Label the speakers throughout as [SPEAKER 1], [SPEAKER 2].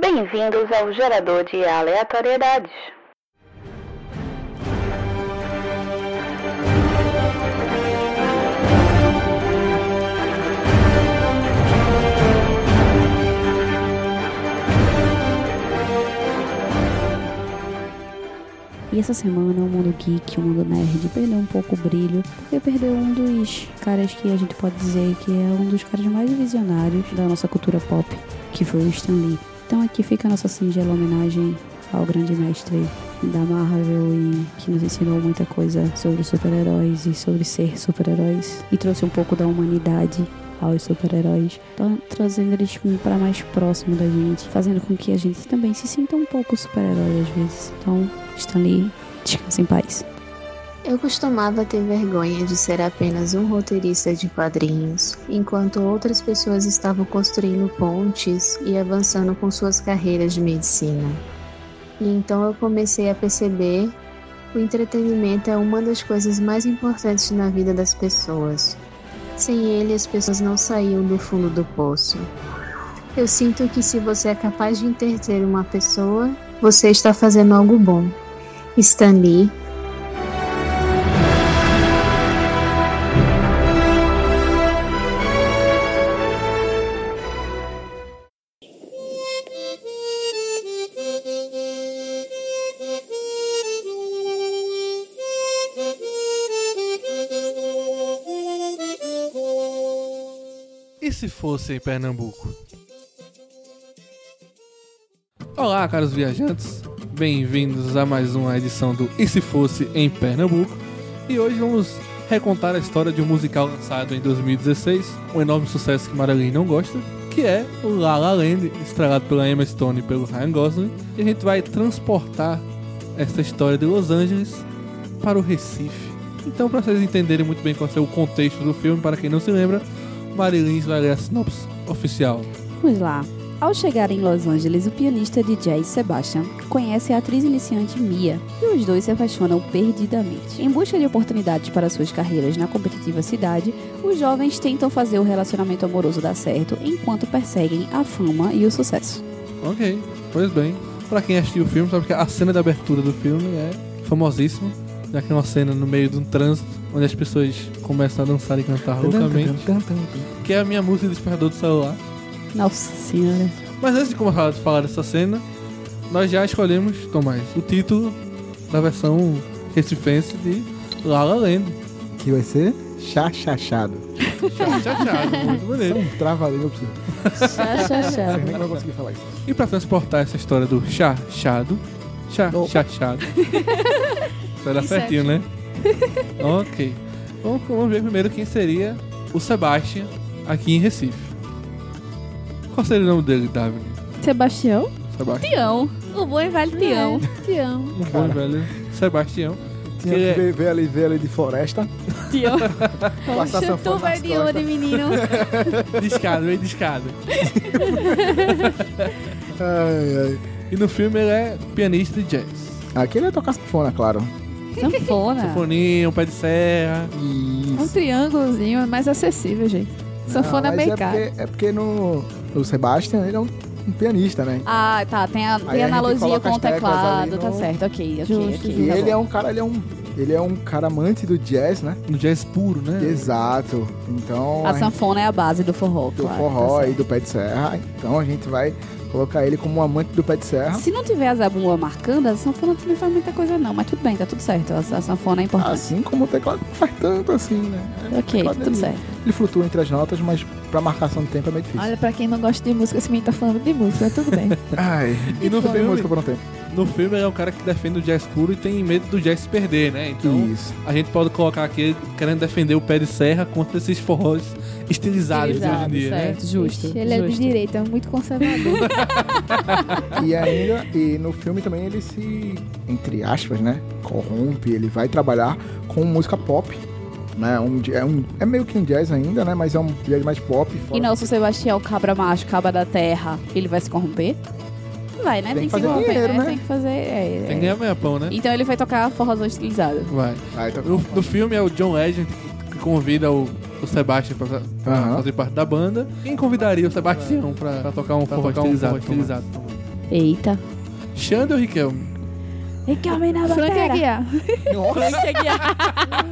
[SPEAKER 1] Bem-vindos ao gerador de aleatoriedades.
[SPEAKER 2] E essa semana o mundo geek, o mundo nerd perdeu um pouco o brilho, porque perdeu um dos caras que a gente pode dizer que é um dos caras mais visionários da nossa cultura pop, que foi o Stan Lee. Então aqui fica a nossa singela homenagem ao grande mestre da Marvel e que nos ensinou muita coisa sobre super-heróis e sobre ser super-heróis e trouxe um pouco da humanidade aos super-heróis, tra- trazendo eles para mais próximo da gente, fazendo com que a gente também se sinta um pouco super-herói às vezes. Então, Stanley, descansa em paz.
[SPEAKER 3] Eu costumava ter vergonha de ser apenas um roteirista de quadrinhos, enquanto outras pessoas estavam construindo pontes e avançando com suas carreiras de medicina. E então eu comecei a perceber o entretenimento é uma das coisas mais importantes na vida das pessoas. Sem ele, as pessoas não saíam do fundo do poço. Eu sinto que se você é capaz de entreter uma pessoa, você está fazendo algo bom. Stan Lee,
[SPEAKER 4] E se fosse em Pernambuco? Olá, caros viajantes. Bem-vindos a mais uma edição do E se fosse em Pernambuco. E hoje vamos recontar a história de um musical lançado em 2016, um enorme sucesso que Marilyn não gosta, que é o La La Land, estragado pela Emma Stone e pelo Ryan Gosling. E a gente vai transportar essa história de Los Angeles para o Recife. Então, para vocês entenderem muito bem qual é o contexto do filme, para quem não se lembra, Marilins vai ler a sinopse oficial.
[SPEAKER 2] Vamos lá. Ao chegar em Los Angeles, o pianista de jazz Sebastian conhece a atriz iniciante Mia e os dois se apaixonam perdidamente. Em busca de oportunidades para suas carreiras na competitiva cidade, os jovens tentam fazer o relacionamento amoroso dar certo enquanto perseguem a fama e o sucesso.
[SPEAKER 4] Ok, pois bem. Pra quem assistiu o filme, sabe que a cena de abertura do filme é famosíssima, já que é uma cena no meio de um trânsito, onde as pessoas começam a dançar e cantar loucamente, que é a minha música de despertador do celular.
[SPEAKER 2] Nossa senhora.
[SPEAKER 4] Mas antes de começar a falar dessa cena, nós já escolhemos, Tomás, o título da versão recifense de La La Land.
[SPEAKER 5] Que vai ser chachachado.
[SPEAKER 4] Chateado, muito
[SPEAKER 5] Isso é
[SPEAKER 4] bonito.
[SPEAKER 5] um trava-língua pra você.
[SPEAKER 6] É.
[SPEAKER 5] Você nem vai conseguir falar isso.
[SPEAKER 4] E pra transportar essa história do chachado, chá, chachado. Vai dar
[SPEAKER 5] é
[SPEAKER 4] certinho, né? ok. Vamos, vamos ver primeiro quem seria o Sebastian aqui em Recife. Qual seria o nome dele, Davi?
[SPEAKER 6] Sebastião?
[SPEAKER 5] Tá
[SPEAKER 4] Sebastião.
[SPEAKER 6] Tião. O bom é e velho Tião. Tião.
[SPEAKER 4] Um bom e velho Sebastião.
[SPEAKER 5] Tinha
[SPEAKER 4] Que é-
[SPEAKER 5] que ver, ver ali, ver ali de floresta.
[SPEAKER 6] Tião.
[SPEAKER 5] Passar
[SPEAKER 6] Oxe,
[SPEAKER 5] sanfona
[SPEAKER 6] tu vai
[SPEAKER 5] nas
[SPEAKER 6] de olho,
[SPEAKER 5] costas.
[SPEAKER 6] menino.
[SPEAKER 4] Discado, meio discado.
[SPEAKER 5] Ai, ai.
[SPEAKER 4] E no filme ele é pianista de jazz.
[SPEAKER 5] Aqui ele ia tocar sanfona, claro. Ah.
[SPEAKER 2] Sanfona.
[SPEAKER 4] Foninho, pé de serra.
[SPEAKER 6] Um
[SPEAKER 5] Isso.
[SPEAKER 6] triângulozinho é mais acessível, gente. Sanfona é
[SPEAKER 5] mas
[SPEAKER 6] meio
[SPEAKER 5] é
[SPEAKER 6] caro.
[SPEAKER 5] porque, é porque no, no Sebastian ele é um, um pianista, né?
[SPEAKER 2] Ah, tá. Tem, a,
[SPEAKER 5] a
[SPEAKER 2] tem
[SPEAKER 5] gente
[SPEAKER 2] analogia
[SPEAKER 5] coloca
[SPEAKER 2] com
[SPEAKER 5] as
[SPEAKER 2] o
[SPEAKER 5] teclas
[SPEAKER 2] teclado.
[SPEAKER 5] ali
[SPEAKER 2] Tá
[SPEAKER 5] no-
[SPEAKER 2] certo. Ok, ok,
[SPEAKER 6] Justo,
[SPEAKER 2] ok.
[SPEAKER 5] E
[SPEAKER 2] tá
[SPEAKER 5] ele
[SPEAKER 2] bom.
[SPEAKER 5] é um cara, ele é um, ele é um cara amante do jazz, né?
[SPEAKER 4] No jazz puro, né?
[SPEAKER 5] Exato. Então,
[SPEAKER 2] A
[SPEAKER 5] gente-
[SPEAKER 2] sanfona é a base do forró.
[SPEAKER 5] do
[SPEAKER 2] claro, tá
[SPEAKER 5] forró
[SPEAKER 2] certo.
[SPEAKER 5] e do pé de serra. Então a gente vai colocar ele como um amante do pé de serra.
[SPEAKER 2] Se não tiver a zabumba marcando, a sanfona também faz muita coisa não, mas tudo bem, tá tudo certo. A, a sanfona é importante.
[SPEAKER 5] Assim como o teclado não faz tanto assim, né?
[SPEAKER 2] ok, tá
[SPEAKER 5] teclado
[SPEAKER 2] tudo
[SPEAKER 5] é-
[SPEAKER 2] certo.
[SPEAKER 5] Ele flutua entre as notas, mas pra marcação do tempo é meio difícil.
[SPEAKER 6] Olha, pra quem não gosta de música, esse menino tá falando de música, mas tudo bem.
[SPEAKER 5] Ai,
[SPEAKER 4] E no
[SPEAKER 5] não tem
[SPEAKER 4] filme,
[SPEAKER 5] música por um tempo.
[SPEAKER 4] no filme ele é um cara que defende o jazz puro e tem medo do jazz se perder, né? Então
[SPEAKER 5] Isso.
[SPEAKER 4] a gente pode colocar aqui querendo defender o pé de serra contra esses forrós estilizados de hoje em
[SPEAKER 2] Exato,
[SPEAKER 4] dia, né?
[SPEAKER 2] certo, justo.
[SPEAKER 6] Ixi, ele é de
[SPEAKER 2] justo.
[SPEAKER 6] direita, é muito conservador.
[SPEAKER 5] E ainda, e no filme também ele se, entre aspas, né? Corrompe, ele vai trabalhar com música pop. Né? Um, di- é, um, é meio que um jazz ainda, né? Mas é um jazz mais pop. fora-
[SPEAKER 2] E não, se o Sebastião é o cabra macho, cabra da terra, ele vai se corromper? Vai, né?
[SPEAKER 5] Tem
[SPEAKER 2] Tem, que se
[SPEAKER 5] que fazer
[SPEAKER 2] corromper,
[SPEAKER 5] dinheiro,
[SPEAKER 2] né?
[SPEAKER 5] né?
[SPEAKER 2] Tem que fazer. é, é.
[SPEAKER 4] Tem que ganhar meia pão, né?
[SPEAKER 2] Então ele vai tocar forrozão estilizado.
[SPEAKER 4] Vai.
[SPEAKER 5] Ah, então-
[SPEAKER 4] No, no filme é o John Legend que convida o, o Sebastian pra, pra
[SPEAKER 5] Aham.
[SPEAKER 4] fazer parte da banda. Quem convidaria o Sebastião pra, pra tocar um
[SPEAKER 7] Pra
[SPEAKER 4] forró
[SPEAKER 7] tocar um
[SPEAKER 4] estilizado?
[SPEAKER 7] forró estilizado.
[SPEAKER 4] Tomás?
[SPEAKER 2] Eita.
[SPEAKER 4] Xander ou Riquelme?
[SPEAKER 2] E é que homem na
[SPEAKER 6] Frank Aguiar.
[SPEAKER 5] Nossa,
[SPEAKER 2] Frank Aguiar.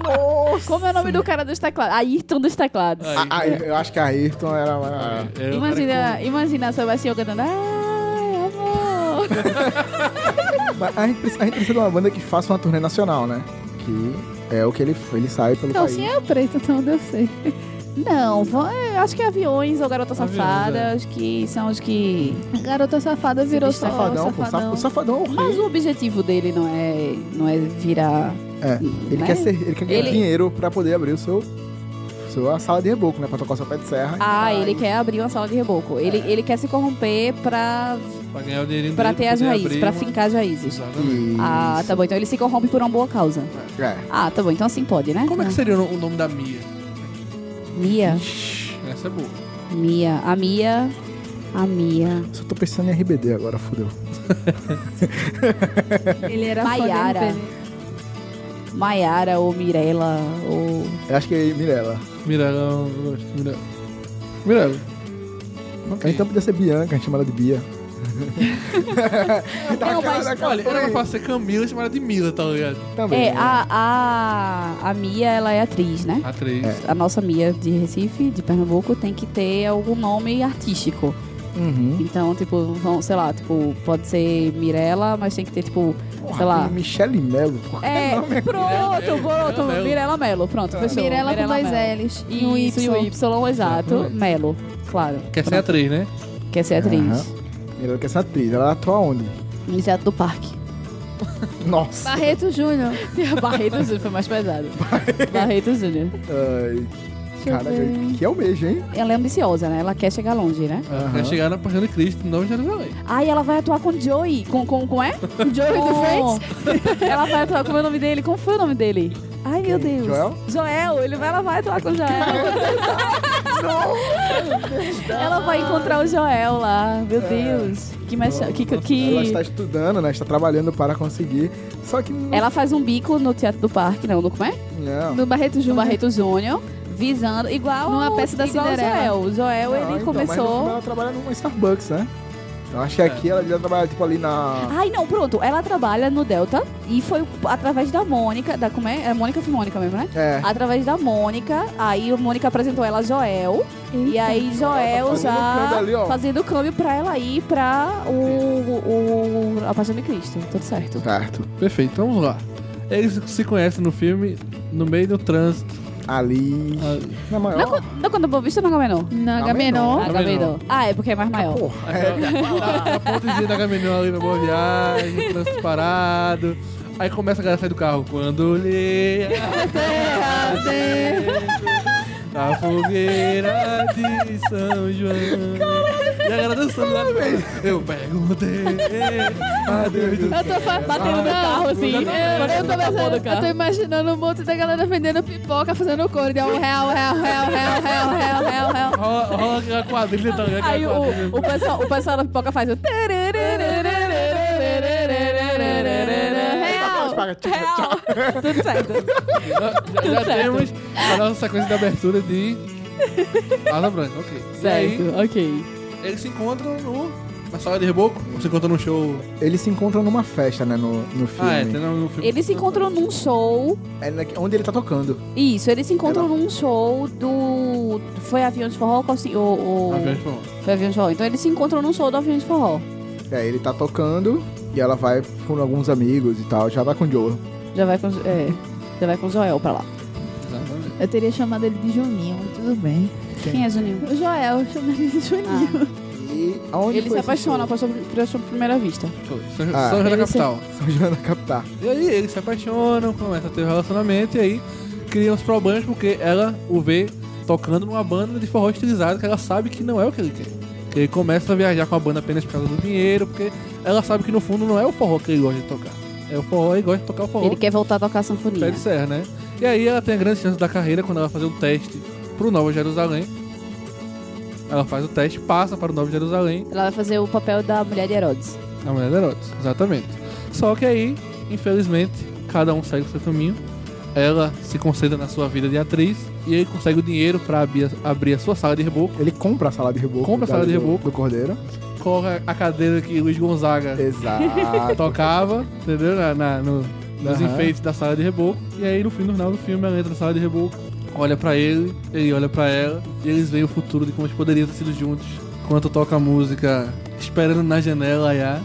[SPEAKER 5] nossa.
[SPEAKER 2] é Como é o nome do cara dos teclados? Ayrton dos teclados.
[SPEAKER 4] Aí.
[SPEAKER 5] Ah, eu acho que a Ayrton
[SPEAKER 4] É, é
[SPEAKER 5] era.
[SPEAKER 4] o cara
[SPEAKER 6] Imagina, imagina Sebastião cantando. Ai, amor.
[SPEAKER 5] Mas A gente, precisa, a gente precisa de uma banda que faça uma turnê nacional, né? Que é o que ele, ele sai pelo
[SPEAKER 2] é,
[SPEAKER 5] país.
[SPEAKER 6] Calcinha preta, então eu sei. Não, vou- é, acho que aviões ou garota
[SPEAKER 4] Aviões,
[SPEAKER 6] safada,
[SPEAKER 4] é.
[SPEAKER 2] Acho que são os que.
[SPEAKER 6] Garota safada virou
[SPEAKER 2] é
[SPEAKER 6] só
[SPEAKER 5] Safadão, pô.
[SPEAKER 6] safadão.
[SPEAKER 5] Saf- Safadão é horrível.
[SPEAKER 2] Mas o objetivo dele não é, não é virar.
[SPEAKER 5] É, Ele,
[SPEAKER 2] né?
[SPEAKER 5] quer ser, ele quer ganhar
[SPEAKER 2] Ele-
[SPEAKER 5] dinheiro pra poder abrir o seu. Sua sala de reboco, né? Pra tocar o seu pé de serra.
[SPEAKER 2] Ah,
[SPEAKER 5] Aí-
[SPEAKER 2] ele quer abrir uma sala de reboco. Ele, ele quer se corromper pra,
[SPEAKER 4] Pra ganhar o dinheirinho
[SPEAKER 2] pra
[SPEAKER 4] dele,
[SPEAKER 2] ter as
[SPEAKER 4] poder
[SPEAKER 2] raízes,
[SPEAKER 4] abrir
[SPEAKER 2] pra
[SPEAKER 4] uma-
[SPEAKER 2] fincar as raízes.
[SPEAKER 4] Exatamente.
[SPEAKER 5] Isso.
[SPEAKER 2] Ah, tá bom. Então ele se corrompe por uma boa causa.
[SPEAKER 5] É.
[SPEAKER 2] Ah, tá bom. Então assim pode, né?
[SPEAKER 4] Como é que seria o o nome da Mia?
[SPEAKER 2] Mia.
[SPEAKER 4] Essa é boa.
[SPEAKER 2] Mia. A Mia. A Mia.
[SPEAKER 5] Só tô pensando em RBD agora, fudeu.
[SPEAKER 6] Ele era
[SPEAKER 2] Maiara.
[SPEAKER 6] fã dele.
[SPEAKER 2] Maiara ou Mirella ou.
[SPEAKER 5] Eu acho que é Mirella.
[SPEAKER 4] Mirelão, eu gosto. Mirelão. Mirelão.
[SPEAKER 5] Ou Então podia ser Bianca, a gente chama ela de Bia. Tá
[SPEAKER 4] Não,
[SPEAKER 5] aquela-
[SPEAKER 4] mas,
[SPEAKER 5] daquela
[SPEAKER 4] olha,
[SPEAKER 5] por
[SPEAKER 4] era
[SPEAKER 5] aí.
[SPEAKER 4] pra ser Camila chamada de Mila, tá ligado?
[SPEAKER 5] Também.
[SPEAKER 2] É,
[SPEAKER 5] né?
[SPEAKER 2] a, a, a Mia, ela é atriz, né?
[SPEAKER 4] A três.
[SPEAKER 5] É.
[SPEAKER 2] A nossa Mia de Recife, de Pernambuco, tem que ter algum nome artístico.
[SPEAKER 5] Uhum.
[SPEAKER 2] Então, tipo, vão, sei lá, tipo, pode ser Mirella, mas tem que ter, tipo, sei lá.
[SPEAKER 5] Michele Melo. pô.
[SPEAKER 2] É, pronto, pronto,
[SPEAKER 4] Melo.
[SPEAKER 2] Mirella Melo, pronto, fechou.
[SPEAKER 6] Mirella com dois
[SPEAKER 2] Melo.
[SPEAKER 6] L's. E um
[SPEAKER 2] Isso, e o
[SPEAKER 6] Y.
[SPEAKER 2] Y, exato.
[SPEAKER 4] Exatamente.
[SPEAKER 2] Melo, claro.
[SPEAKER 4] Quer
[SPEAKER 5] Tá.
[SPEAKER 4] ser a três, né?
[SPEAKER 2] Quer ser atriz.
[SPEAKER 5] Ela quer ser atriz. Ela atua onde?
[SPEAKER 2] No Teatro do Parque.
[SPEAKER 5] Nossa.
[SPEAKER 6] Barreto Júnior.
[SPEAKER 2] Barreto Júnior foi mais pesado. Barreto Júnior.
[SPEAKER 5] Ai,
[SPEAKER 6] Deixa eu
[SPEAKER 5] cara,
[SPEAKER 6] ver.
[SPEAKER 5] que é o beijo, hein?
[SPEAKER 2] Ela é ambiciosa, né? Ela quer chegar longe, né?
[SPEAKER 5] Aham.
[SPEAKER 4] Quer chegar na Paixão de Cristo, não em Jerusalém.
[SPEAKER 2] Ah, e ela vai atuar com o Joey. Com, com, com é? Joey do Friends? ela vai atuar, como é o nome dele? Como foi o nome dele? Ai, meu
[SPEAKER 5] Quem?
[SPEAKER 2] Deus.
[SPEAKER 5] Joel?
[SPEAKER 2] Joel, ele vai, ela vai atuar com o Joel. ela vai encontrar o Joel lá. Meu Deus. Que mecha... que, que,
[SPEAKER 5] É. Ela
[SPEAKER 2] que...
[SPEAKER 5] está estudando, né? Está trabalhando para conseguir. Só que não.
[SPEAKER 2] Ela faz um bico no Teatro do Parque, não, no como é?
[SPEAKER 5] não.
[SPEAKER 6] Do Barreto
[SPEAKER 2] Do
[SPEAKER 6] Júnior.
[SPEAKER 2] Barreto Júnior. Visando, igual
[SPEAKER 6] Numa
[SPEAKER 2] ao-
[SPEAKER 6] peça da
[SPEAKER 2] igual ao
[SPEAKER 6] Cinderela.
[SPEAKER 2] Joel. O Joel,
[SPEAKER 5] Não,
[SPEAKER 2] ele
[SPEAKER 5] então, mas no
[SPEAKER 2] começou...
[SPEAKER 5] final ela trabalha numa Starbucks, né? Eu
[SPEAKER 4] É.
[SPEAKER 5] acho que aqui ela já trabalha, tipo, ali na.
[SPEAKER 2] Ai, não, pronto. Ela trabalha no Delta e foi através da Mônica, da como é? É Mônica foi Mônica mesmo, né?
[SPEAKER 5] É.
[SPEAKER 2] Através da Mônica, aí a Mônica apresentou ela a Joel. E aí Joel
[SPEAKER 5] tá fazendo o câmbio
[SPEAKER 2] já
[SPEAKER 5] ali, ó.
[SPEAKER 2] fazendo o câmbio pra ela ir pra o, o, A Paixão de Cristo. Tudo certo.
[SPEAKER 5] Certo.
[SPEAKER 4] Perfeito, então vamos lá. Eles se conhecem no filme, no meio do trânsito.
[SPEAKER 5] Ali.
[SPEAKER 4] Ah,
[SPEAKER 5] Na maior.
[SPEAKER 2] Não, é quando- não é quando Boa Vista ou não Gamenon?
[SPEAKER 6] Na
[SPEAKER 5] Agamenon.
[SPEAKER 6] Agamenon.
[SPEAKER 2] Ah, Gamenon.
[SPEAKER 4] Agamenon.
[SPEAKER 2] Ah, é porque é mais maior.
[SPEAKER 5] Porra, é.
[SPEAKER 4] Na, na pontezinha da caminhão ali na Boa Viagem, trânsito parado. Aí começa a galera a sair do carro. Quando lê a fogueira de São João. E a galera dançando lá. Eu perguntei a Deus do
[SPEAKER 6] Eu tô fa-
[SPEAKER 2] Batendo no carro, assim.
[SPEAKER 6] Eu, eu tô
[SPEAKER 2] Batendo no capô do
[SPEAKER 6] pensando- eu tô
[SPEAKER 2] carro.
[SPEAKER 6] imaginando um monte da galera vendendo pipoca, fazendo coro. De um real, real, real, real, real, real, real, real.
[SPEAKER 4] Rola, rola aquela quadrilha, tá ligado?
[SPEAKER 2] Aí
[SPEAKER 4] Aquela
[SPEAKER 2] o,
[SPEAKER 4] quadrilha.
[SPEAKER 2] o, pessoal, o pessoal da pipoca faz o.
[SPEAKER 6] Real.
[SPEAKER 2] Real. Tudo certo.
[SPEAKER 4] Já- Já, já
[SPEAKER 2] tá certo.
[SPEAKER 4] temos a nossa sequência de abertura de Asa Branca, ok. E aí,
[SPEAKER 2] Certo, ok.
[SPEAKER 4] Eles se encontram no. Na sala de reboco? Ou se encontram no show?
[SPEAKER 5] Eles se encontram numa festa, né? No, no filme.
[SPEAKER 4] Ah, é, tem no, no filme.
[SPEAKER 2] Eles se encontram num show.
[SPEAKER 5] É na- onde ele tá tocando.
[SPEAKER 2] Isso, eles se encontram
[SPEAKER 5] Sei
[SPEAKER 2] num show do. Foi avião de forró? Qual se- ou- ou-
[SPEAKER 4] Ah, verde, bom.
[SPEAKER 2] Foi avião de forró. Então eles se encontram num show do avião de forró.
[SPEAKER 5] É, ele tá tocando e ela vai com alguns amigos e tal. Já vai com o Joe.
[SPEAKER 2] Já vai com. É. Já vai com o Joel pra lá.
[SPEAKER 4] Exatamente.
[SPEAKER 6] Eu teria chamado ele de Juninho, mas tudo bem.
[SPEAKER 2] Quem é Juninho?
[SPEAKER 6] O Joel, eu chamo ele de Juninho.
[SPEAKER 5] E
[SPEAKER 2] Ah,
[SPEAKER 5] aonde
[SPEAKER 2] Ele se
[SPEAKER 5] foi esse
[SPEAKER 2] apaixona,
[SPEAKER 5] show?
[SPEAKER 2] apaixona por- apaixona por primeira vista.
[SPEAKER 4] Show. São,
[SPEAKER 5] Ah.
[SPEAKER 4] São João da
[SPEAKER 2] Eles se-
[SPEAKER 4] Capital.
[SPEAKER 5] São João da Capitá.
[SPEAKER 4] E aí eles se apaixonam, começam a ter um relacionamento e aí criam os problemas porque ela o vê tocando numa banda de forró estilizado que ela sabe que não é o que ele quer. Que ele começa a viajar com a banda apenas por causa do dinheiro, porque ela sabe que no fundo não é o forró que ele gosta de tocar. É o forró, ele gosta de tocar o forró.
[SPEAKER 2] Ele quer voltar a tocar
[SPEAKER 4] Pé
[SPEAKER 2] sanfoninha.
[SPEAKER 4] de serra, né? E aí ela tem a grande chance da carreira quando ela fazer um teste pro Nova Jerusalém. Ela faz o teste, passa para o Nova Jerusalém,
[SPEAKER 2] Ela vai fazer o papel da mulher de Herodes.
[SPEAKER 4] a mulher de Herodes, exatamente. Só que aí, infelizmente, cada um segue o seu caminho. Ela se concentra na sua vida de atriz e ele consegue o dinheiro para abrir, abrir a sua sala de reboco.
[SPEAKER 5] Ele compra a sala de reboco.
[SPEAKER 4] Compra a
[SPEAKER 5] da-
[SPEAKER 4] sala de
[SPEAKER 5] do-
[SPEAKER 4] reboco.
[SPEAKER 5] Do cordeiro.
[SPEAKER 4] corre a cadeira que Luiz Gonzaga
[SPEAKER 5] Exato.
[SPEAKER 4] tocava, entendeu? Na, na- no- nos
[SPEAKER 5] Aham.
[SPEAKER 4] enfeites da sala de reboco. E aí no fim do final do filme ela entra na sala de reboco, olha pra ele, ele olha pra ela, e eles veem o futuro de como eles poderiam ter sido juntos. Enquanto toca a música Esperando na janela, Ayá,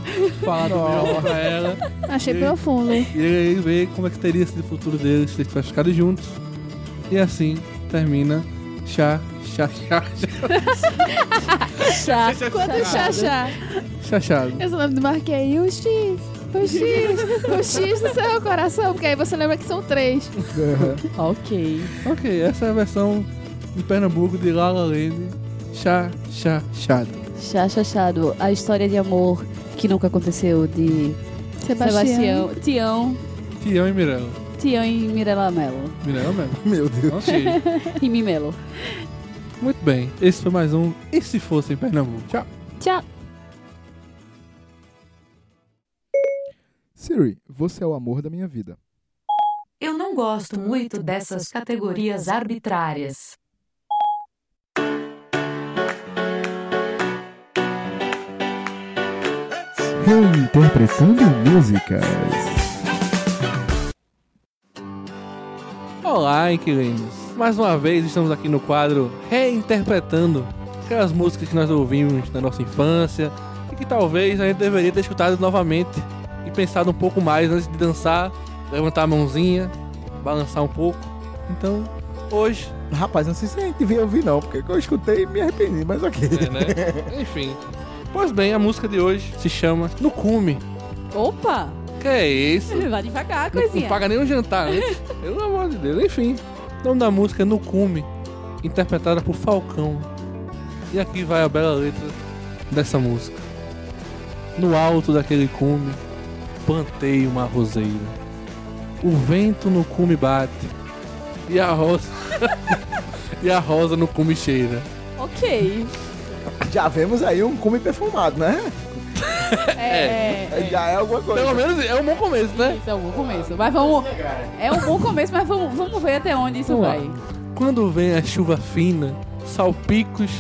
[SPEAKER 4] fala do meu amor pra ela.
[SPEAKER 6] Achei
[SPEAKER 4] E-
[SPEAKER 6] profundo.
[SPEAKER 4] E aí vê como é que teria sido o futuro deles se eles tivessem ficado juntos. E assim termina Chá, Chá, Chá, Chá,
[SPEAKER 2] Chá.
[SPEAKER 6] Quanto chachá.
[SPEAKER 4] Chachado.
[SPEAKER 6] Eu só lembro do Marquei. O X, o X, o X no seu coração. Porque aí você lembra que são três.
[SPEAKER 2] Ok.
[SPEAKER 4] Ok, essa é a versão de Pernambuco de La La Land. Chá, Chá, Chado.
[SPEAKER 2] Chá Chachado, a história de amor que nunca aconteceu de
[SPEAKER 6] Sebastião.
[SPEAKER 2] Sebastião, Tião,
[SPEAKER 4] Tião e Mirella.
[SPEAKER 2] Tião e Mirella Mello.
[SPEAKER 4] Mirella mesmo.
[SPEAKER 5] Meu Deus.
[SPEAKER 4] Ok.
[SPEAKER 2] E Mimelo.
[SPEAKER 4] Muito bem, esse foi mais um E Se Fosse em Pernambuco. Tchau.
[SPEAKER 2] Tchau.
[SPEAKER 5] Siri, você é o amor da minha vida.
[SPEAKER 7] Eu não gosto muito dessas categorias arbitrárias.
[SPEAKER 5] Reinterpretando músicas.
[SPEAKER 4] Olá, inquilinos. Mais uma vez estamos aqui no quadro reinterpretando aquelas músicas que nós ouvimos na nossa infância e que talvez a gente deveria ter escutado novamente e pensado um pouco mais antes de dançar, levantar a mãozinha, balançar um pouco. Então, hoje
[SPEAKER 5] Rapaz, não sei se a gente devia ouvir, não, porque eu escutei e me arrependi, mas ok.
[SPEAKER 4] É, né? Enfim. Pois bem, a música de hoje se chama No Cume.
[SPEAKER 2] Opa!
[SPEAKER 4] Que é isso?
[SPEAKER 2] Vai devagar,
[SPEAKER 4] Não, não
[SPEAKER 2] coisinha.
[SPEAKER 4] paga nem um jantar antes. Pelo amor de Deus. Enfim. O nome da música é No Cume, interpretada por Falcão. E aqui vai a bela letra dessa música. No alto daquele cume, plantei uma roseira. O vento no cume bate e a rosa e a rosa no cume cheira.
[SPEAKER 2] Ok.
[SPEAKER 5] Já vemos aí um cume perfumado, né?
[SPEAKER 6] É.
[SPEAKER 5] Já é alguma coisa.
[SPEAKER 4] Pelo menos é um bom começo, né?
[SPEAKER 2] Isso é um bom começo. Mas vamos. É um bom começo, mas vamos, vamos ver até onde isso
[SPEAKER 4] Vamos lá.
[SPEAKER 2] vai.
[SPEAKER 4] Quando vem a chuva fina, salpicos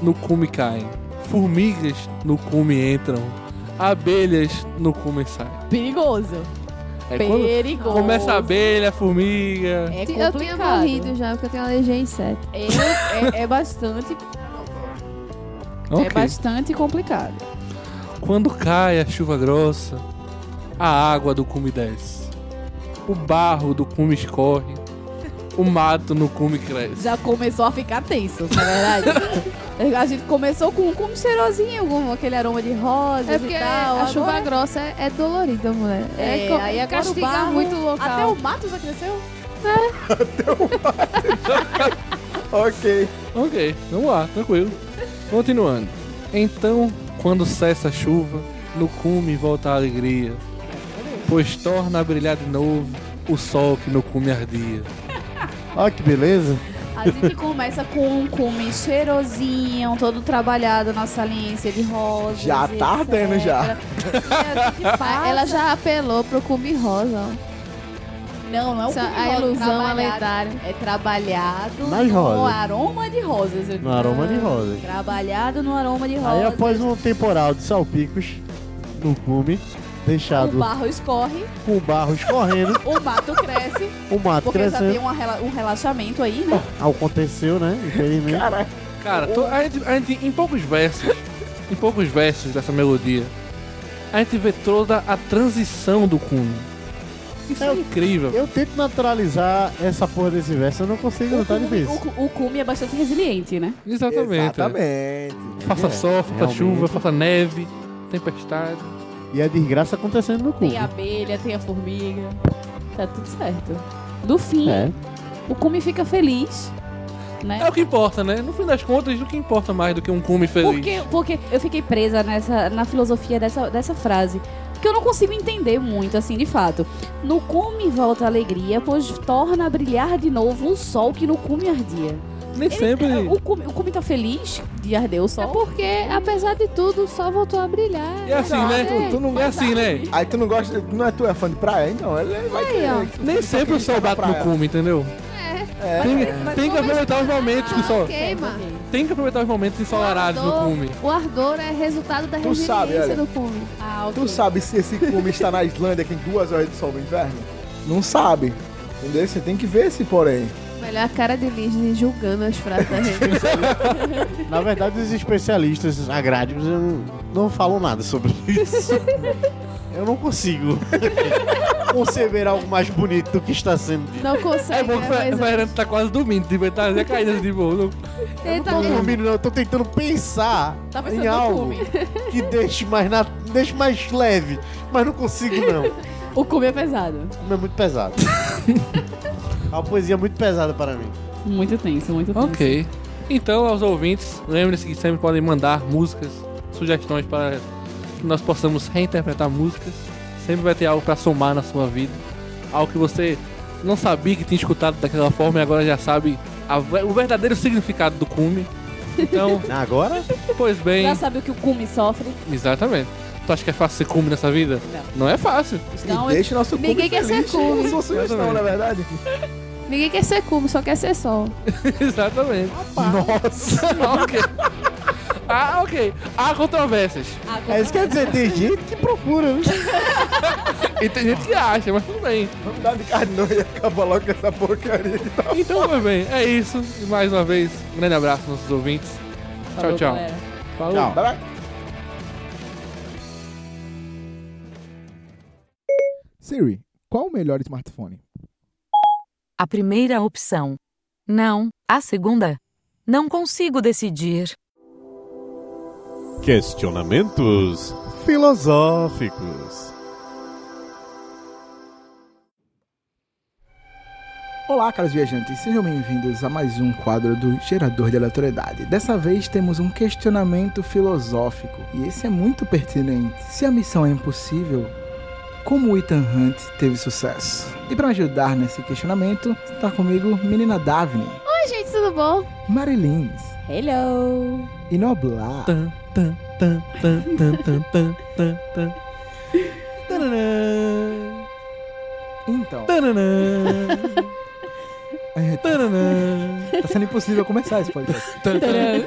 [SPEAKER 4] no cume caem, formigas no cume entram, abelhas no cume saem.
[SPEAKER 2] Perigoso.
[SPEAKER 4] É quando
[SPEAKER 2] Perigoso.
[SPEAKER 4] começa a abelha, formiga.
[SPEAKER 2] É
[SPEAKER 6] Eu tinha
[SPEAKER 2] complicado.
[SPEAKER 6] morrido já, porque eu tenho alergia a inseto.
[SPEAKER 2] Eu- é, é bastante.
[SPEAKER 4] Ok.
[SPEAKER 2] É bastante complicado.
[SPEAKER 4] Quando cai a chuva grossa, a água do cume desce, o barro do cume escorre, o mato no cume cresce.
[SPEAKER 2] já começou a ficar tenso, na verdade. a gente começou com, com um cheirosinho, com aquele aroma de rosa
[SPEAKER 6] É
[SPEAKER 2] e
[SPEAKER 6] porque
[SPEAKER 2] tal.
[SPEAKER 6] a chuva
[SPEAKER 2] agora-
[SPEAKER 6] grossa é, é dolorida, mulher.
[SPEAKER 2] Tá é,
[SPEAKER 6] co-
[SPEAKER 2] aí agora o
[SPEAKER 6] castiga
[SPEAKER 2] barro,
[SPEAKER 6] muito o local.
[SPEAKER 2] Até o mato já cresceu?
[SPEAKER 5] Ok.
[SPEAKER 4] Ok, vamos lá, tranquilo. Continuando. Então, quando cessa a chuva, no cume volta a alegria, pois torna a brilhar de novo o sol que no cume ardia.
[SPEAKER 5] Olha que beleza.
[SPEAKER 2] A gente começa com um cume cheirosinho, todo trabalhado na saliência de rosa.
[SPEAKER 5] Já tá ardendo já.
[SPEAKER 6] Pai, Ela já apelou pro cume rosa. ó.
[SPEAKER 2] Não, não é um
[SPEAKER 6] Essa-
[SPEAKER 2] cume
[SPEAKER 6] a
[SPEAKER 2] rosa,
[SPEAKER 6] ilusão
[SPEAKER 2] trabalhado.
[SPEAKER 6] aleatória.
[SPEAKER 2] É trabalhado
[SPEAKER 8] Nas
[SPEAKER 2] no
[SPEAKER 8] rosas.
[SPEAKER 2] aroma de rosas. eu
[SPEAKER 8] No
[SPEAKER 2] digo.
[SPEAKER 8] aroma de rosas.
[SPEAKER 2] Trabalhado no aroma de rosas.
[SPEAKER 8] Aí após um temporal de salpicos no cume, deixado
[SPEAKER 2] o barro escorre,
[SPEAKER 8] com o barro escorrendo,
[SPEAKER 2] o mato cresce.
[SPEAKER 8] o mato
[SPEAKER 2] Porque já tem
[SPEAKER 8] crescendo.
[SPEAKER 2] uma rela- um relaxamento aí, né?
[SPEAKER 8] Aconteceu, né? Infelizmente.
[SPEAKER 4] Cara, to- a, gente, a gente, em poucos versos, em poucos versos dessa melodia, a gente vê toda a transição do cume. Isso é
[SPEAKER 8] Eu-
[SPEAKER 4] incrível.
[SPEAKER 8] Eu tento naturalizar essa porra desse verso, eu não consigo, não tá difícil.
[SPEAKER 2] o, cu- o cume é bastante resiliente, né?
[SPEAKER 4] Exatamente. é.
[SPEAKER 5] Exatamente.
[SPEAKER 4] Faça
[SPEAKER 8] É,
[SPEAKER 4] sol, faça
[SPEAKER 8] realmente.
[SPEAKER 4] chuva, faça neve, tempestade.
[SPEAKER 8] E a desgraça acontecendo no
[SPEAKER 2] Tem
[SPEAKER 8] cume.
[SPEAKER 2] a abelha, tem a formiga. Tá tudo certo. No fim,
[SPEAKER 8] É.
[SPEAKER 2] o cume fica feliz, né?
[SPEAKER 4] É o que importa, né? No fim das contas, o que importa mais do que um cume feliz?
[SPEAKER 2] Porque, porque eu fiquei presa nessa, na filosofia dessa, dessa frase. Que eu não consigo entender muito, assim, de fato. No cume volta a alegria, pois torna a brilhar de novo o sol que no cume ardia.
[SPEAKER 4] Nem sempre.
[SPEAKER 2] O cume, o cume tá feliz de arder o
[SPEAKER 6] É
[SPEAKER 2] sol.
[SPEAKER 6] porque, apesar de tudo, o sol voltou a brilhar.
[SPEAKER 4] É assim, né?
[SPEAKER 5] Tu, tu não
[SPEAKER 4] É
[SPEAKER 5] gosta.
[SPEAKER 4] assim, né?
[SPEAKER 5] Aí tu não gosta. Não é tu é fã de praia, então? Ele vai
[SPEAKER 6] Aí,
[SPEAKER 5] querer
[SPEAKER 6] ó.
[SPEAKER 5] que tu
[SPEAKER 4] Nem
[SPEAKER 5] só
[SPEAKER 4] sempre
[SPEAKER 5] queria
[SPEAKER 4] o sol
[SPEAKER 5] estar na
[SPEAKER 4] bate no
[SPEAKER 5] praia.
[SPEAKER 4] cume, entendeu?
[SPEAKER 5] É.
[SPEAKER 4] Tem, tem que aproveitar os momentos que o sol.
[SPEAKER 6] Queima.
[SPEAKER 2] Ok.
[SPEAKER 4] tem que aproveitar os momentos ensolarados no
[SPEAKER 6] ardor-
[SPEAKER 4] cume.
[SPEAKER 6] O ardor é resultado da
[SPEAKER 5] Tu
[SPEAKER 6] resiliência
[SPEAKER 5] sabe, olha.
[SPEAKER 6] do cume. Ah, ok.
[SPEAKER 5] Tu sabe se esse cume está na Islândia que em duas horas de sol no inverno? Não sabe. Entendeu? Você tem que ver esse porém.
[SPEAKER 6] Melhor a cara de Disney julgando as frases da gente.
[SPEAKER 8] Na verdade, os especialistas agrários eu não, não falam nada sobre isso. Eu não consigo conceber algo mais bonito do que está sendo dito.
[SPEAKER 6] Não consegue.
[SPEAKER 4] É bom que
[SPEAKER 6] né,
[SPEAKER 4] o
[SPEAKER 6] mas-
[SPEAKER 4] Fernando tá quase dormindo, devia estar já caído de boa. Não-
[SPEAKER 6] Ele tá,
[SPEAKER 8] Não tô
[SPEAKER 6] ele
[SPEAKER 8] dormindo, não. Eu tô tentando pensar
[SPEAKER 6] tá pensando
[SPEAKER 8] em
[SPEAKER 6] no
[SPEAKER 8] algo
[SPEAKER 6] cume.
[SPEAKER 8] que deixe mais, na- deixe mais leve, mas não consigo, não.
[SPEAKER 6] O cume é pesado.
[SPEAKER 8] Como é muito pesado. É uma poesia muito pesada para mim.
[SPEAKER 9] Muito tenso, muito tenso.
[SPEAKER 4] Ok. Então, aos ouvintes, lembrem-se que sempre podem mandar músicas, sugestões para que nós possamos reinterpretar músicas. Sempre vai ter algo para somar na sua vida. Algo que você não sabia que tinha escutado daquela forma e agora já sabe a ve- o verdadeiro significado do cume. Então,
[SPEAKER 8] Agora?
[SPEAKER 4] pois bem,
[SPEAKER 9] Já sabe o que o cume sofre.
[SPEAKER 4] exatamente. Tu acha que é fácil ser cume nessa vida? Não, é fácil.
[SPEAKER 9] Então,
[SPEAKER 5] e deixa o nosso cume
[SPEAKER 6] ninguém quer ser
[SPEAKER 5] feliz.
[SPEAKER 6] cume.
[SPEAKER 5] É sua sugestão,
[SPEAKER 4] Exatamente.
[SPEAKER 5] na verdade.
[SPEAKER 6] Ninguém quer ser cume, só quer ser sol.
[SPEAKER 4] exatamente.
[SPEAKER 5] Nossa.
[SPEAKER 4] ok. Ah, ok. Há controvérsias.
[SPEAKER 9] agora-
[SPEAKER 8] É isso quer dizer, tem gente que procura, né?
[SPEAKER 4] E tem gente que acha, mas tudo bem.
[SPEAKER 5] Vamos dar Tá de carne não e acaba logo com essa porcaria.
[SPEAKER 4] Então, meu bem, é isso. E mais uma vez, um grande abraço aos nossos ouvintes.
[SPEAKER 9] Falou,
[SPEAKER 4] tchau.
[SPEAKER 9] galera.
[SPEAKER 4] Falou.
[SPEAKER 8] Tchau.
[SPEAKER 5] Vai lá. Siri, qual o melhor smartphone?
[SPEAKER 7] A primeira opção. Não, a segunda. Não consigo decidir.
[SPEAKER 8] Questionamentos filosóficos.
[SPEAKER 5] Olá, caros viajantes, sejam bem-vindos a mais um quadro do Gerador de Aleatoriedade. Dessa vez temos um questionamento filosófico, e esse é muito pertinente. Se a missão é impossível, como o Ethan Hunt teve sucesso? E para ajudar nesse questionamento, está comigo menina Daphne,
[SPEAKER 6] Oi, gente, tudo bom?
[SPEAKER 5] Marilins,
[SPEAKER 9] Hello.
[SPEAKER 5] Inoblar,
[SPEAKER 4] Tan, tan, tan, tan, tan, tan, tan, tan, tan. Tananã,
[SPEAKER 5] então...
[SPEAKER 4] tananã,
[SPEAKER 5] é, tá
[SPEAKER 4] tananã.
[SPEAKER 5] sendo impossível começar esse podcast.
[SPEAKER 9] Tcharam.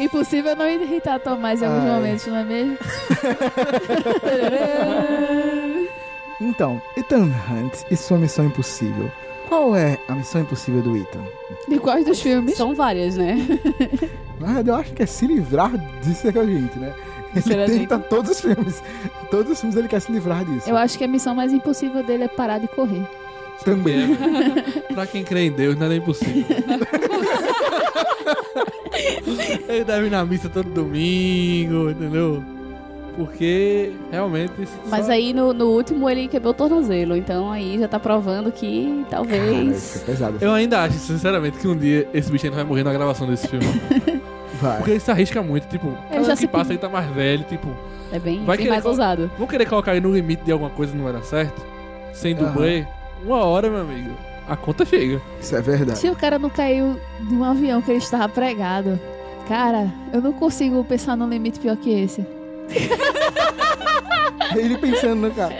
[SPEAKER 6] Impossível não irritar Tomás em alguns
[SPEAKER 5] Ai.
[SPEAKER 6] momentos, não é mesmo?
[SPEAKER 5] Então, Ethan Hunt e sua missão impossível. Qual é a missão impossível do Ethan?
[SPEAKER 6] De quais dos filmes?
[SPEAKER 9] São várias, né?
[SPEAKER 5] Na verdade, eu acho que é se livrar de ser com a gente, né? Ele
[SPEAKER 9] ser a
[SPEAKER 5] tenta todos os filmes. Todos os filmes ele quer se livrar disso.
[SPEAKER 6] Eu acho que a missão mais impossível dele é parar de correr.
[SPEAKER 5] Também.
[SPEAKER 4] pra quem crê em Deus, nada é impossível. Ele deve ir na missa todo domingo, entendeu? Porque realmente. isso
[SPEAKER 9] Mas
[SPEAKER 2] é
[SPEAKER 4] só-
[SPEAKER 9] aí no, no último ele quebrou o tornozelo, então aí já tá provando que
[SPEAKER 5] Cara,
[SPEAKER 9] talvez.
[SPEAKER 5] isso é pesado.
[SPEAKER 4] Eu ainda acho, sinceramente, que um dia esse bicho ainda vai morrer na gravação desse filme.
[SPEAKER 5] Vai.
[SPEAKER 4] Porque ele se arrisca muito, tipo, cada
[SPEAKER 6] já
[SPEAKER 4] ano
[SPEAKER 6] se
[SPEAKER 4] que passa ele tá mais velho, tipo,
[SPEAKER 9] É bem,
[SPEAKER 4] Vai
[SPEAKER 9] bem
[SPEAKER 4] que
[SPEAKER 9] mais
[SPEAKER 4] ele-
[SPEAKER 9] ousado.
[SPEAKER 4] vou querer colocar ele no limite de alguma coisa e não vai dar certo. Sem
[SPEAKER 5] Aham.
[SPEAKER 4] dublê, uma hora, meu amigo, a conta chega.
[SPEAKER 5] Isso é verdade.
[SPEAKER 6] Se o cara não caiu de um avião que ele estava pregado, cara, eu não consigo pensar num limite pior que esse.
[SPEAKER 5] Ele pensando no cara.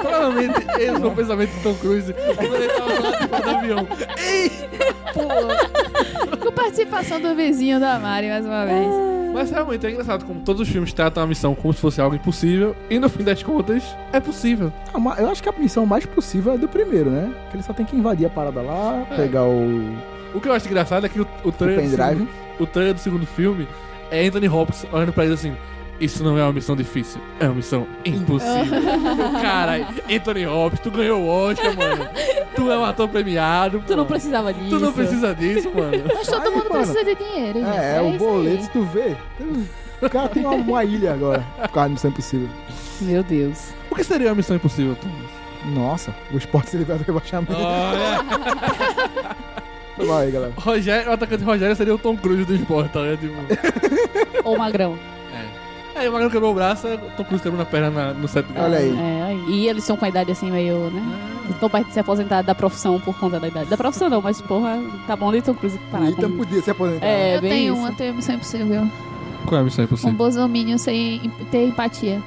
[SPEAKER 4] Provavelmente esse foi o pensamento do Tom Cruise quando ele tava lá de fora do avião.
[SPEAKER 6] Com participação do vizinho da Mari, mais uma vez.
[SPEAKER 4] Mas realmente é engraçado como todos os filmes tratam a missão como se fosse algo impossível e no fim das contas é possível.
[SPEAKER 5] Ah, mas Eu acho que a missão mais possível é do primeiro, né? Que ele só tem que invadir a parada lá,
[SPEAKER 4] É.
[SPEAKER 5] pegar o,
[SPEAKER 4] O que eu acho engraçado é que o, o
[SPEAKER 5] o
[SPEAKER 4] trailer. do
[SPEAKER 5] pendrive.
[SPEAKER 4] o trailer do segundo filme é Anthony Hopkins olhando pra ele assim: Isso não é uma missão difícil, é uma missão impossível. Caralho, Anthony Hopkins, tu ganhou o Oscar, mano. Tu é um ator premiado.
[SPEAKER 9] Tu não
[SPEAKER 4] pô.
[SPEAKER 9] precisava disso.
[SPEAKER 4] Tu não precisa disso, mano.
[SPEAKER 6] Mas todo
[SPEAKER 5] Ai,
[SPEAKER 6] mundo
[SPEAKER 5] mano.
[SPEAKER 6] precisa de dinheiro, gente.
[SPEAKER 5] É, é, o
[SPEAKER 6] isso
[SPEAKER 5] boleto,
[SPEAKER 6] aí.
[SPEAKER 5] tu vê. um- O cara tem uma, uma ilha agora. é Por causa da missão impossível.
[SPEAKER 9] Meu Deus.
[SPEAKER 4] O que seria uma missão impossível, Thomas?
[SPEAKER 5] Nossa, o esporte se livra do rebaixamento.
[SPEAKER 4] Ah. Olha,
[SPEAKER 5] Vai aí, galera.
[SPEAKER 4] Rogério, o atacante Rogério seria o Tom Cruise do esporte, tá ligado? Tipo,
[SPEAKER 9] Ou magrão.
[SPEAKER 4] é. Aí o Magrão quebrou o braço, o Tom Cruise quebrou na perna na- no set.
[SPEAKER 5] Olha aí.
[SPEAKER 9] É, aí- e eles estão com a idade assim meio, né?
[SPEAKER 6] Ah.
[SPEAKER 9] Estão perto de se aposentar da profissão por conta da idade. Da profissão não, mas porra, tá bom de Tom Cruise
[SPEAKER 5] O
[SPEAKER 9] parar.
[SPEAKER 5] Ethan
[SPEAKER 9] com-
[SPEAKER 5] podia se aposentar.
[SPEAKER 9] É,
[SPEAKER 6] eu
[SPEAKER 9] bem
[SPEAKER 6] tenho
[SPEAKER 9] isso.
[SPEAKER 6] uma, tenho missão impossível.
[SPEAKER 4] Qual é a missão
[SPEAKER 6] Um
[SPEAKER 4] impossível?
[SPEAKER 6] bolsominion sem em- ter empatia.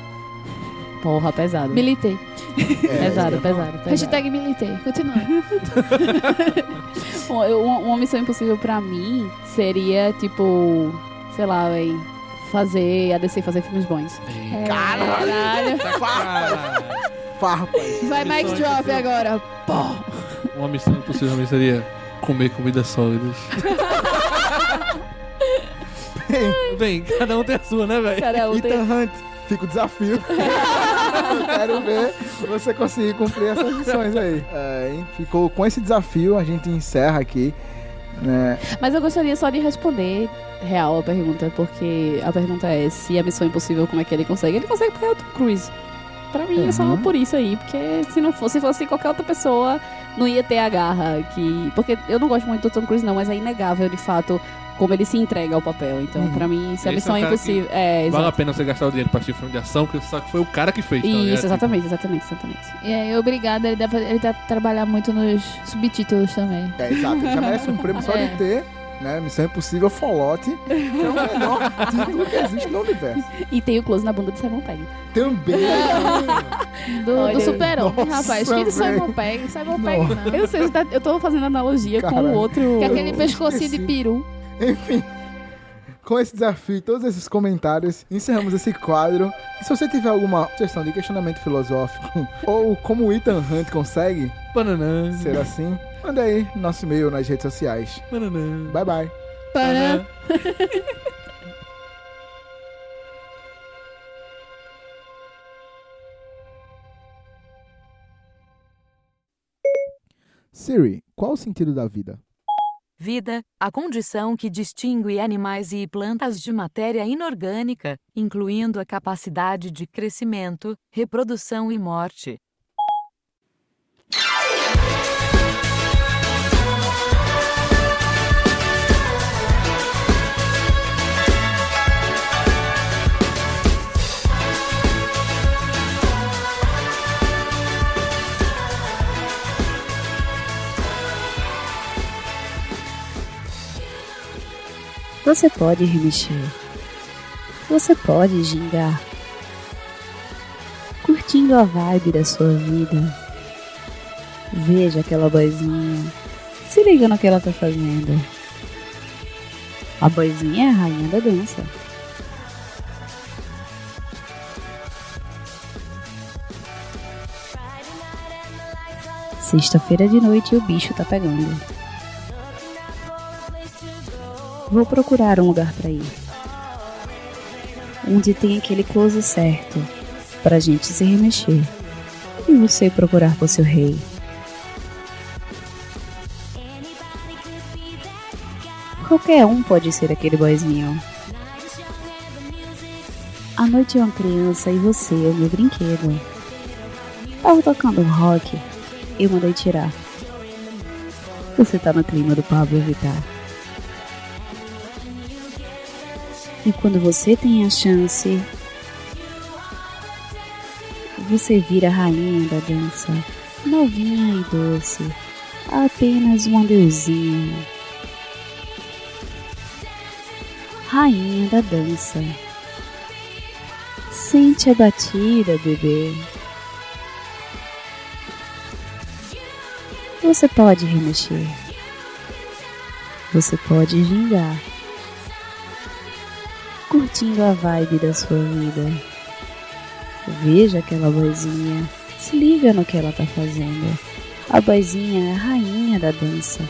[SPEAKER 2] Porra, pesado.
[SPEAKER 6] Militei.
[SPEAKER 5] É.
[SPEAKER 2] Pesado, pesado, pesado.
[SPEAKER 6] Hashtag militei. Continua.
[SPEAKER 2] Um- eu- Uma, uma missão impossível pra mim seria, tipo, sei lá, véi, fazer a DC fazer filmes bons.
[SPEAKER 6] É. Caralho.
[SPEAKER 4] Caralho.
[SPEAKER 5] Farpa.
[SPEAKER 6] Vai mic drop agora. Pô.
[SPEAKER 4] Uma missão impossível pra mim seria comer comidas sólidas. Bem, cada um tem a sua, né, velho?
[SPEAKER 2] Cara,
[SPEAKER 10] um
[SPEAKER 2] eu
[SPEAKER 5] Ethan
[SPEAKER 2] tenho...
[SPEAKER 5] Hunt, fica o desafio. Eu Quero ver você conseguir cumprir essas missões aí. É, hein? Ficou com esse desafio, a gente encerra aqui. Né?
[SPEAKER 2] Mas eu gostaria só de responder real a pergunta, porque a pergunta é se a missão impossível, como é que ele consegue? Ele consegue porque é o Tom Cruise. Pra mim é só
[SPEAKER 5] Uhum.
[SPEAKER 2] por isso aí, porque se não fosse, se fosse qualquer outra pessoa, não ia ter a garra que... Porque eu não gosto muito do Tom Cruise não, mas é inegável, de fato, como ele se entrega ao papel. Então,
[SPEAKER 5] Uhum.
[SPEAKER 2] pra mim, se a
[SPEAKER 4] Esse
[SPEAKER 2] missão
[SPEAKER 4] é
[SPEAKER 2] é,
[SPEAKER 4] um cara que
[SPEAKER 2] impossível... É,
[SPEAKER 4] Vale
[SPEAKER 2] exato.
[SPEAKER 4] a pena você gastar o dinheiro pra assistir filme de ação, que só que foi o cara que fez. tá ligado?
[SPEAKER 2] Isso, exatamente, exatamente, exatamente.
[SPEAKER 6] E aí, obrigado. Ele deve, ele deve trabalhar muito nos subtítulos também.
[SPEAKER 5] É, exato. Já merece um prêmio só
[SPEAKER 6] É.
[SPEAKER 5] de ter. Né? Missão Impossível Folote, que é o melhor título que existe no universo.
[SPEAKER 2] E tem o close na bunda de Simon Pegg.
[SPEAKER 5] Também.
[SPEAKER 6] Do,
[SPEAKER 2] Olha
[SPEAKER 6] do
[SPEAKER 2] aí.
[SPEAKER 6] super-homem,
[SPEAKER 5] Nossa,
[SPEAKER 6] rapaz. Que
[SPEAKER 5] velho.
[SPEAKER 6] do Simon Pegg? Simon Pegg não.
[SPEAKER 2] Eu sei, tá- eu tô fazendo analogia com
[SPEAKER 5] Caralho.
[SPEAKER 2] o outro.
[SPEAKER 6] Ah. Que é aquele
[SPEAKER 5] Eu
[SPEAKER 6] pescocinho
[SPEAKER 5] esqueci.
[SPEAKER 6] de peru.
[SPEAKER 5] Enfim, com esse desafio e todos esses comentários, encerramos esse quadro. E se você tiver alguma sugestão de questionamento filosófico ou como o Ethan Hunt consegue
[SPEAKER 4] Bananã.
[SPEAKER 5] ser assim, manda aí nosso e-mail nas redes sociais.
[SPEAKER 4] Bananã.
[SPEAKER 5] Bye bye.
[SPEAKER 6] Paran.
[SPEAKER 5] Siri, qual o sentido da vida?
[SPEAKER 7] Vida, a condição que distingue animais e plantas de matéria inorgânica, incluindo a capacidade de crescimento, reprodução e morte.
[SPEAKER 3] Você pode remexer. Você pode gingar. Curtindo a vibe da sua vida. Veja aquela boizinha. Se liga no que ela tá fazendo. A boizinha é a rainha da dança. Sexta-feira de noite e o bicho tá pegando. Vou procurar um lugar para ir. Onde tem aquele close certo pra gente se remexer. E você procurar por seu rei. Qualquer um pode ser aquele boizinho. A noite é uma criança e você é o meu brinquedo. Tava tocando um rock, eu mandei tirar. Você tá no clima do Pablo Vittar. E quando você tem a chance, você vira a rainha da dança, novinha e doce, apenas uma deusinha. Rainha da dança. Sente a batida, bebê. Você pode remexer. Você pode vingar curtindo a vibe da sua vida. Veja aquela boizinha, se liga no que ela tá fazendo. A boizinha é a rainha da dança.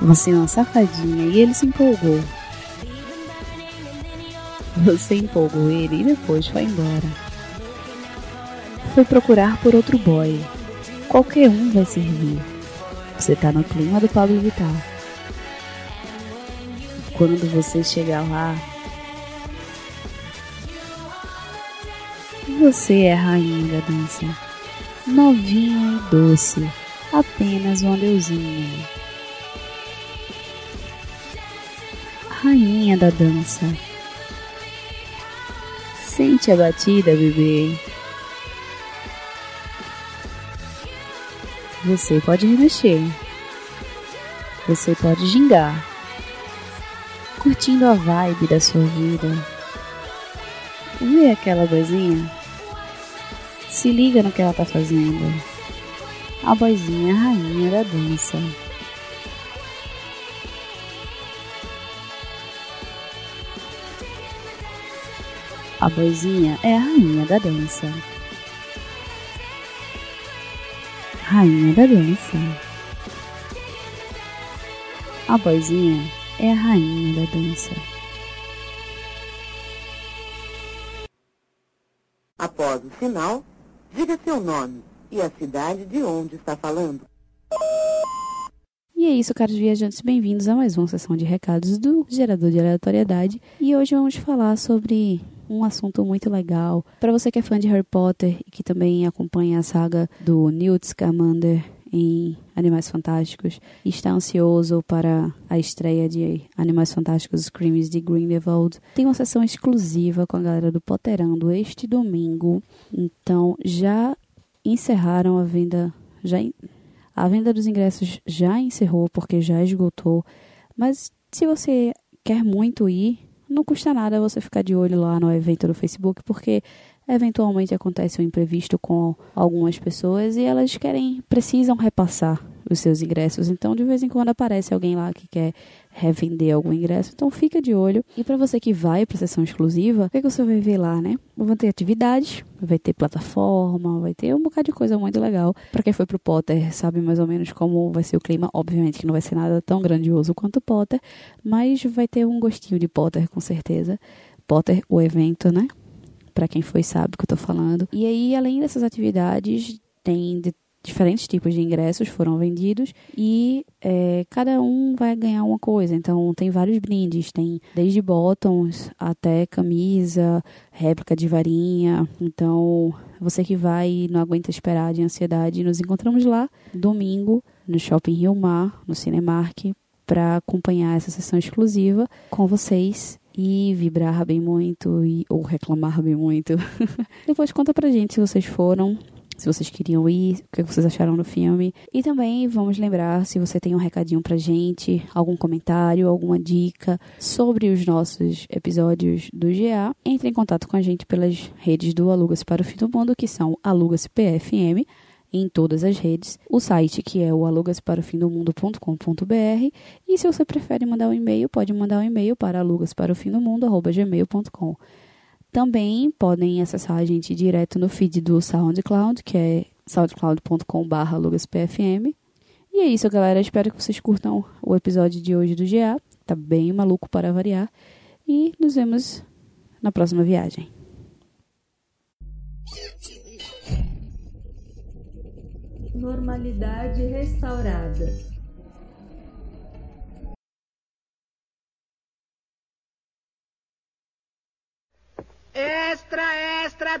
[SPEAKER 3] Você é uma safadinha e ele se empolgou. Você empolgou ele e depois foi embora. Foi procurar por outro boy. Qualquer um vai servir. Você tá no clima do Pablo Vittar. Quando você chegar lá, você é a rainha da dança. Novinha e doce, apenas uma deusinha. Rainha da dança. Sente a batida, bebê.
[SPEAKER 11] Você pode remexer. Você pode gingar. Curtindo a vibe da sua vida. Vê aquela vozinha. Se liga no que ela tá fazendo. A vozinha é a rainha da dança. A boizinha é a rainha da dança. Rainha da dança. A boizinha é a rainha da dança.
[SPEAKER 12] Após o sinal, diga seu nome e a cidade de onde está falando.
[SPEAKER 2] E é isso, caros viajantes, bem-vindos a mais uma sessão de recados do Gerador de Aleatoriedade. E hoje vamos falar sobre um assunto muito legal. Para você que é fã de Harry Potter e que também acompanha a saga do Newt Scamander em Animais Fantásticos, e está ansioso para a estreia de Animais Fantásticos Screams de Grindelwald. Tem uma sessão exclusiva com a galera do Potterando este domingo. Então, já encerraram a venda, já en- a venda dos ingressos já encerrou porque já esgotou, mas se você quer muito ir, não custa nada você ficar de olho lá no evento do Facebook, porque eventualmente acontece um imprevisto com algumas pessoas e elas querem, precisam repassar os seus ingressos. Então, de vez em quando aparece alguém lá que quer revender algum ingresso. Então, fica de olho. E para você que vai para sessão exclusiva, o que, que você vai ver lá, né? Vão ter atividades, vai ter plataforma, vai ter um bocado de coisa muito legal. Para quem foi pro Potter, sabe mais ou menos como vai ser o clima. Obviamente que não vai ser nada tão grandioso quanto o Potter, mas vai ter um gostinho de Potter, com certeza. Potter, o evento, né? Pra quem foi sabe o que eu tô falando. E aí, além dessas atividades, tem de- diferentes tipos de ingressos foram vendidos e é, cada um vai ganhar uma coisa. Então, tem vários brindes, tem desde bottoms até camisa, réplica de varinha. Então, você que vai e não aguenta esperar de ansiedade, nos encontramos lá domingo no Shopping Rio Mar, no Cinemark, para acompanhar essa sessão exclusiva com vocês e vibrar bem muito e ou reclamar bem muito. Depois conta pra gente se vocês foram, se vocês queriam ir, o que vocês acharam do filme. E também vamos lembrar se você tem um recadinho pra gente, algum comentário, alguma dica sobre os nossos episódios do GA, entre em contato com a gente pelas redes do Alugas para o Fim do Mundo, que são Alugas PFM em todas as redes, o site que é o alugasparofindomundo.com.br e se você prefere mandar um e-mail, pode mandar um e-mail para alugasparofindomundo.gmail.com Também podem acessar a gente direto no feed do SoundCloud, que é soundcloud.com.br alugaspfm. E é isso, galera. Espero que vocês curtam o episódio de hoje do GA. Tá bem maluco para variar. E nos vemos na próxima viagem.
[SPEAKER 13] Normalidade restaurada.
[SPEAKER 10] Extra, extra!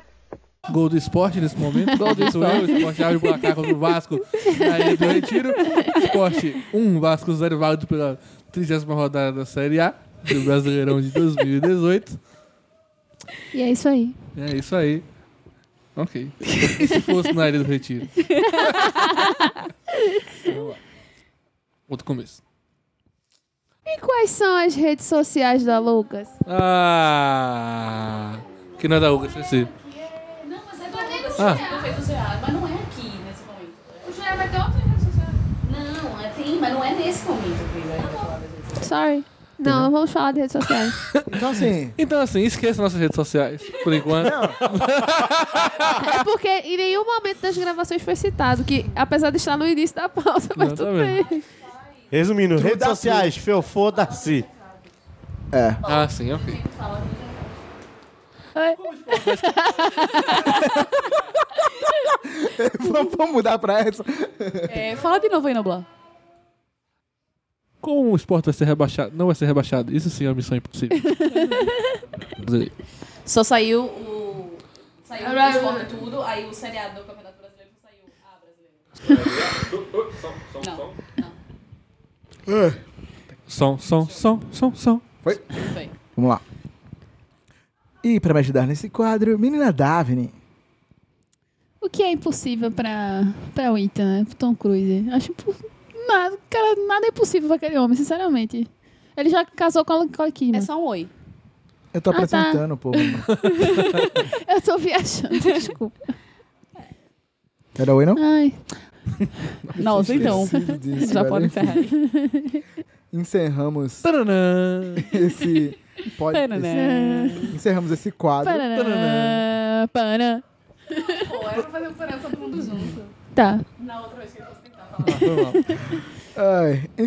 [SPEAKER 4] Gol do esporte nesse momento.
[SPEAKER 10] Gol do
[SPEAKER 4] Sou eu,
[SPEAKER 10] esporte.
[SPEAKER 4] O esporte abre o placar contra o Vasco na Ilha do Retiro. Esporte 1, Vasco 0, válido pela 30 rodada da Série A do Brasileirão de 2018.
[SPEAKER 6] E é isso aí.
[SPEAKER 4] É isso aí. Ok. E se fosse na Ilha do Retiro? Vamos lá. Outro começo.
[SPEAKER 6] E quais são as redes sociais da Lucas?
[SPEAKER 4] Ah! Que não é da Uga, CC.
[SPEAKER 9] Não, mas é do Nego
[SPEAKER 4] Ah.
[SPEAKER 9] fez o CA, mas não é aqui nesse momento. O GA vai ter outra rede social? Não, é, tem, mas não é nesse momento, Cris. Aí eu vou falar.
[SPEAKER 6] Sorry. Não, não vamos falar de redes sociais.
[SPEAKER 4] Então assim. Então assim, esqueça nossas redes sociais, por enquanto.
[SPEAKER 6] é porque em nenhum momento das gravações foi citado, que apesar de estar no início da pauta, mas
[SPEAKER 4] Não, tá
[SPEAKER 6] tudo
[SPEAKER 4] vendo.
[SPEAKER 6] bem.
[SPEAKER 8] Resumindo,
[SPEAKER 4] Tudo
[SPEAKER 8] redes
[SPEAKER 4] assim.
[SPEAKER 8] sociais, Feofô Darcy.
[SPEAKER 5] É.
[SPEAKER 4] Ah, sim, ok.
[SPEAKER 6] Oi.
[SPEAKER 5] vamos, vamos mudar pra essa.
[SPEAKER 9] É, fala de novo aí, Noblar.
[SPEAKER 4] Como o esporte vai ser rebaixado? Não vai ser rebaixado. Isso sim é uma missão impossível. Mas aí,
[SPEAKER 9] Só saiu o. Saiu
[SPEAKER 6] Alright.
[SPEAKER 9] o esporte tudo, aí o seriado do Campeonato Brasileiro só saiu. Ah, brasileiro.
[SPEAKER 4] som, som, som, som, som.
[SPEAKER 5] Foi?
[SPEAKER 9] Não, foi.
[SPEAKER 5] Vamos lá. E pra me ajudar nesse quadro, menina Daphne.
[SPEAKER 6] O O que é impossível pra, pra o Ethan, né? Pro Tom Cruise. Acho impo- nada, cara, nada é impossível pra aquele homem, sinceramente. Ele já casou com a Nicole Kidman. É só
[SPEAKER 9] um oi.
[SPEAKER 5] Eu tô
[SPEAKER 6] Ah, tá.
[SPEAKER 5] apresentando, pô.
[SPEAKER 9] um-
[SPEAKER 6] Eu tô viajando,
[SPEAKER 9] Então?
[SPEAKER 6] desculpa.
[SPEAKER 5] Era oi, não?
[SPEAKER 6] Ai.
[SPEAKER 9] Nossa, então.
[SPEAKER 5] Esqueci disso,
[SPEAKER 9] Já
[SPEAKER 5] velho.
[SPEAKER 9] pode
[SPEAKER 5] Enfim,
[SPEAKER 9] encerrar aí.
[SPEAKER 5] Encerramos esse. Pode,
[SPEAKER 9] É.
[SPEAKER 6] Taraná.
[SPEAKER 9] né?
[SPEAKER 6] é.
[SPEAKER 5] esse- encerramos esse quadro.
[SPEAKER 6] Paraná, Paraná.
[SPEAKER 9] Pô, era pra fazer um parâmetro todo mundo junto.
[SPEAKER 6] Tá.
[SPEAKER 9] Na outra vez que eu fosse tentar
[SPEAKER 5] Ai,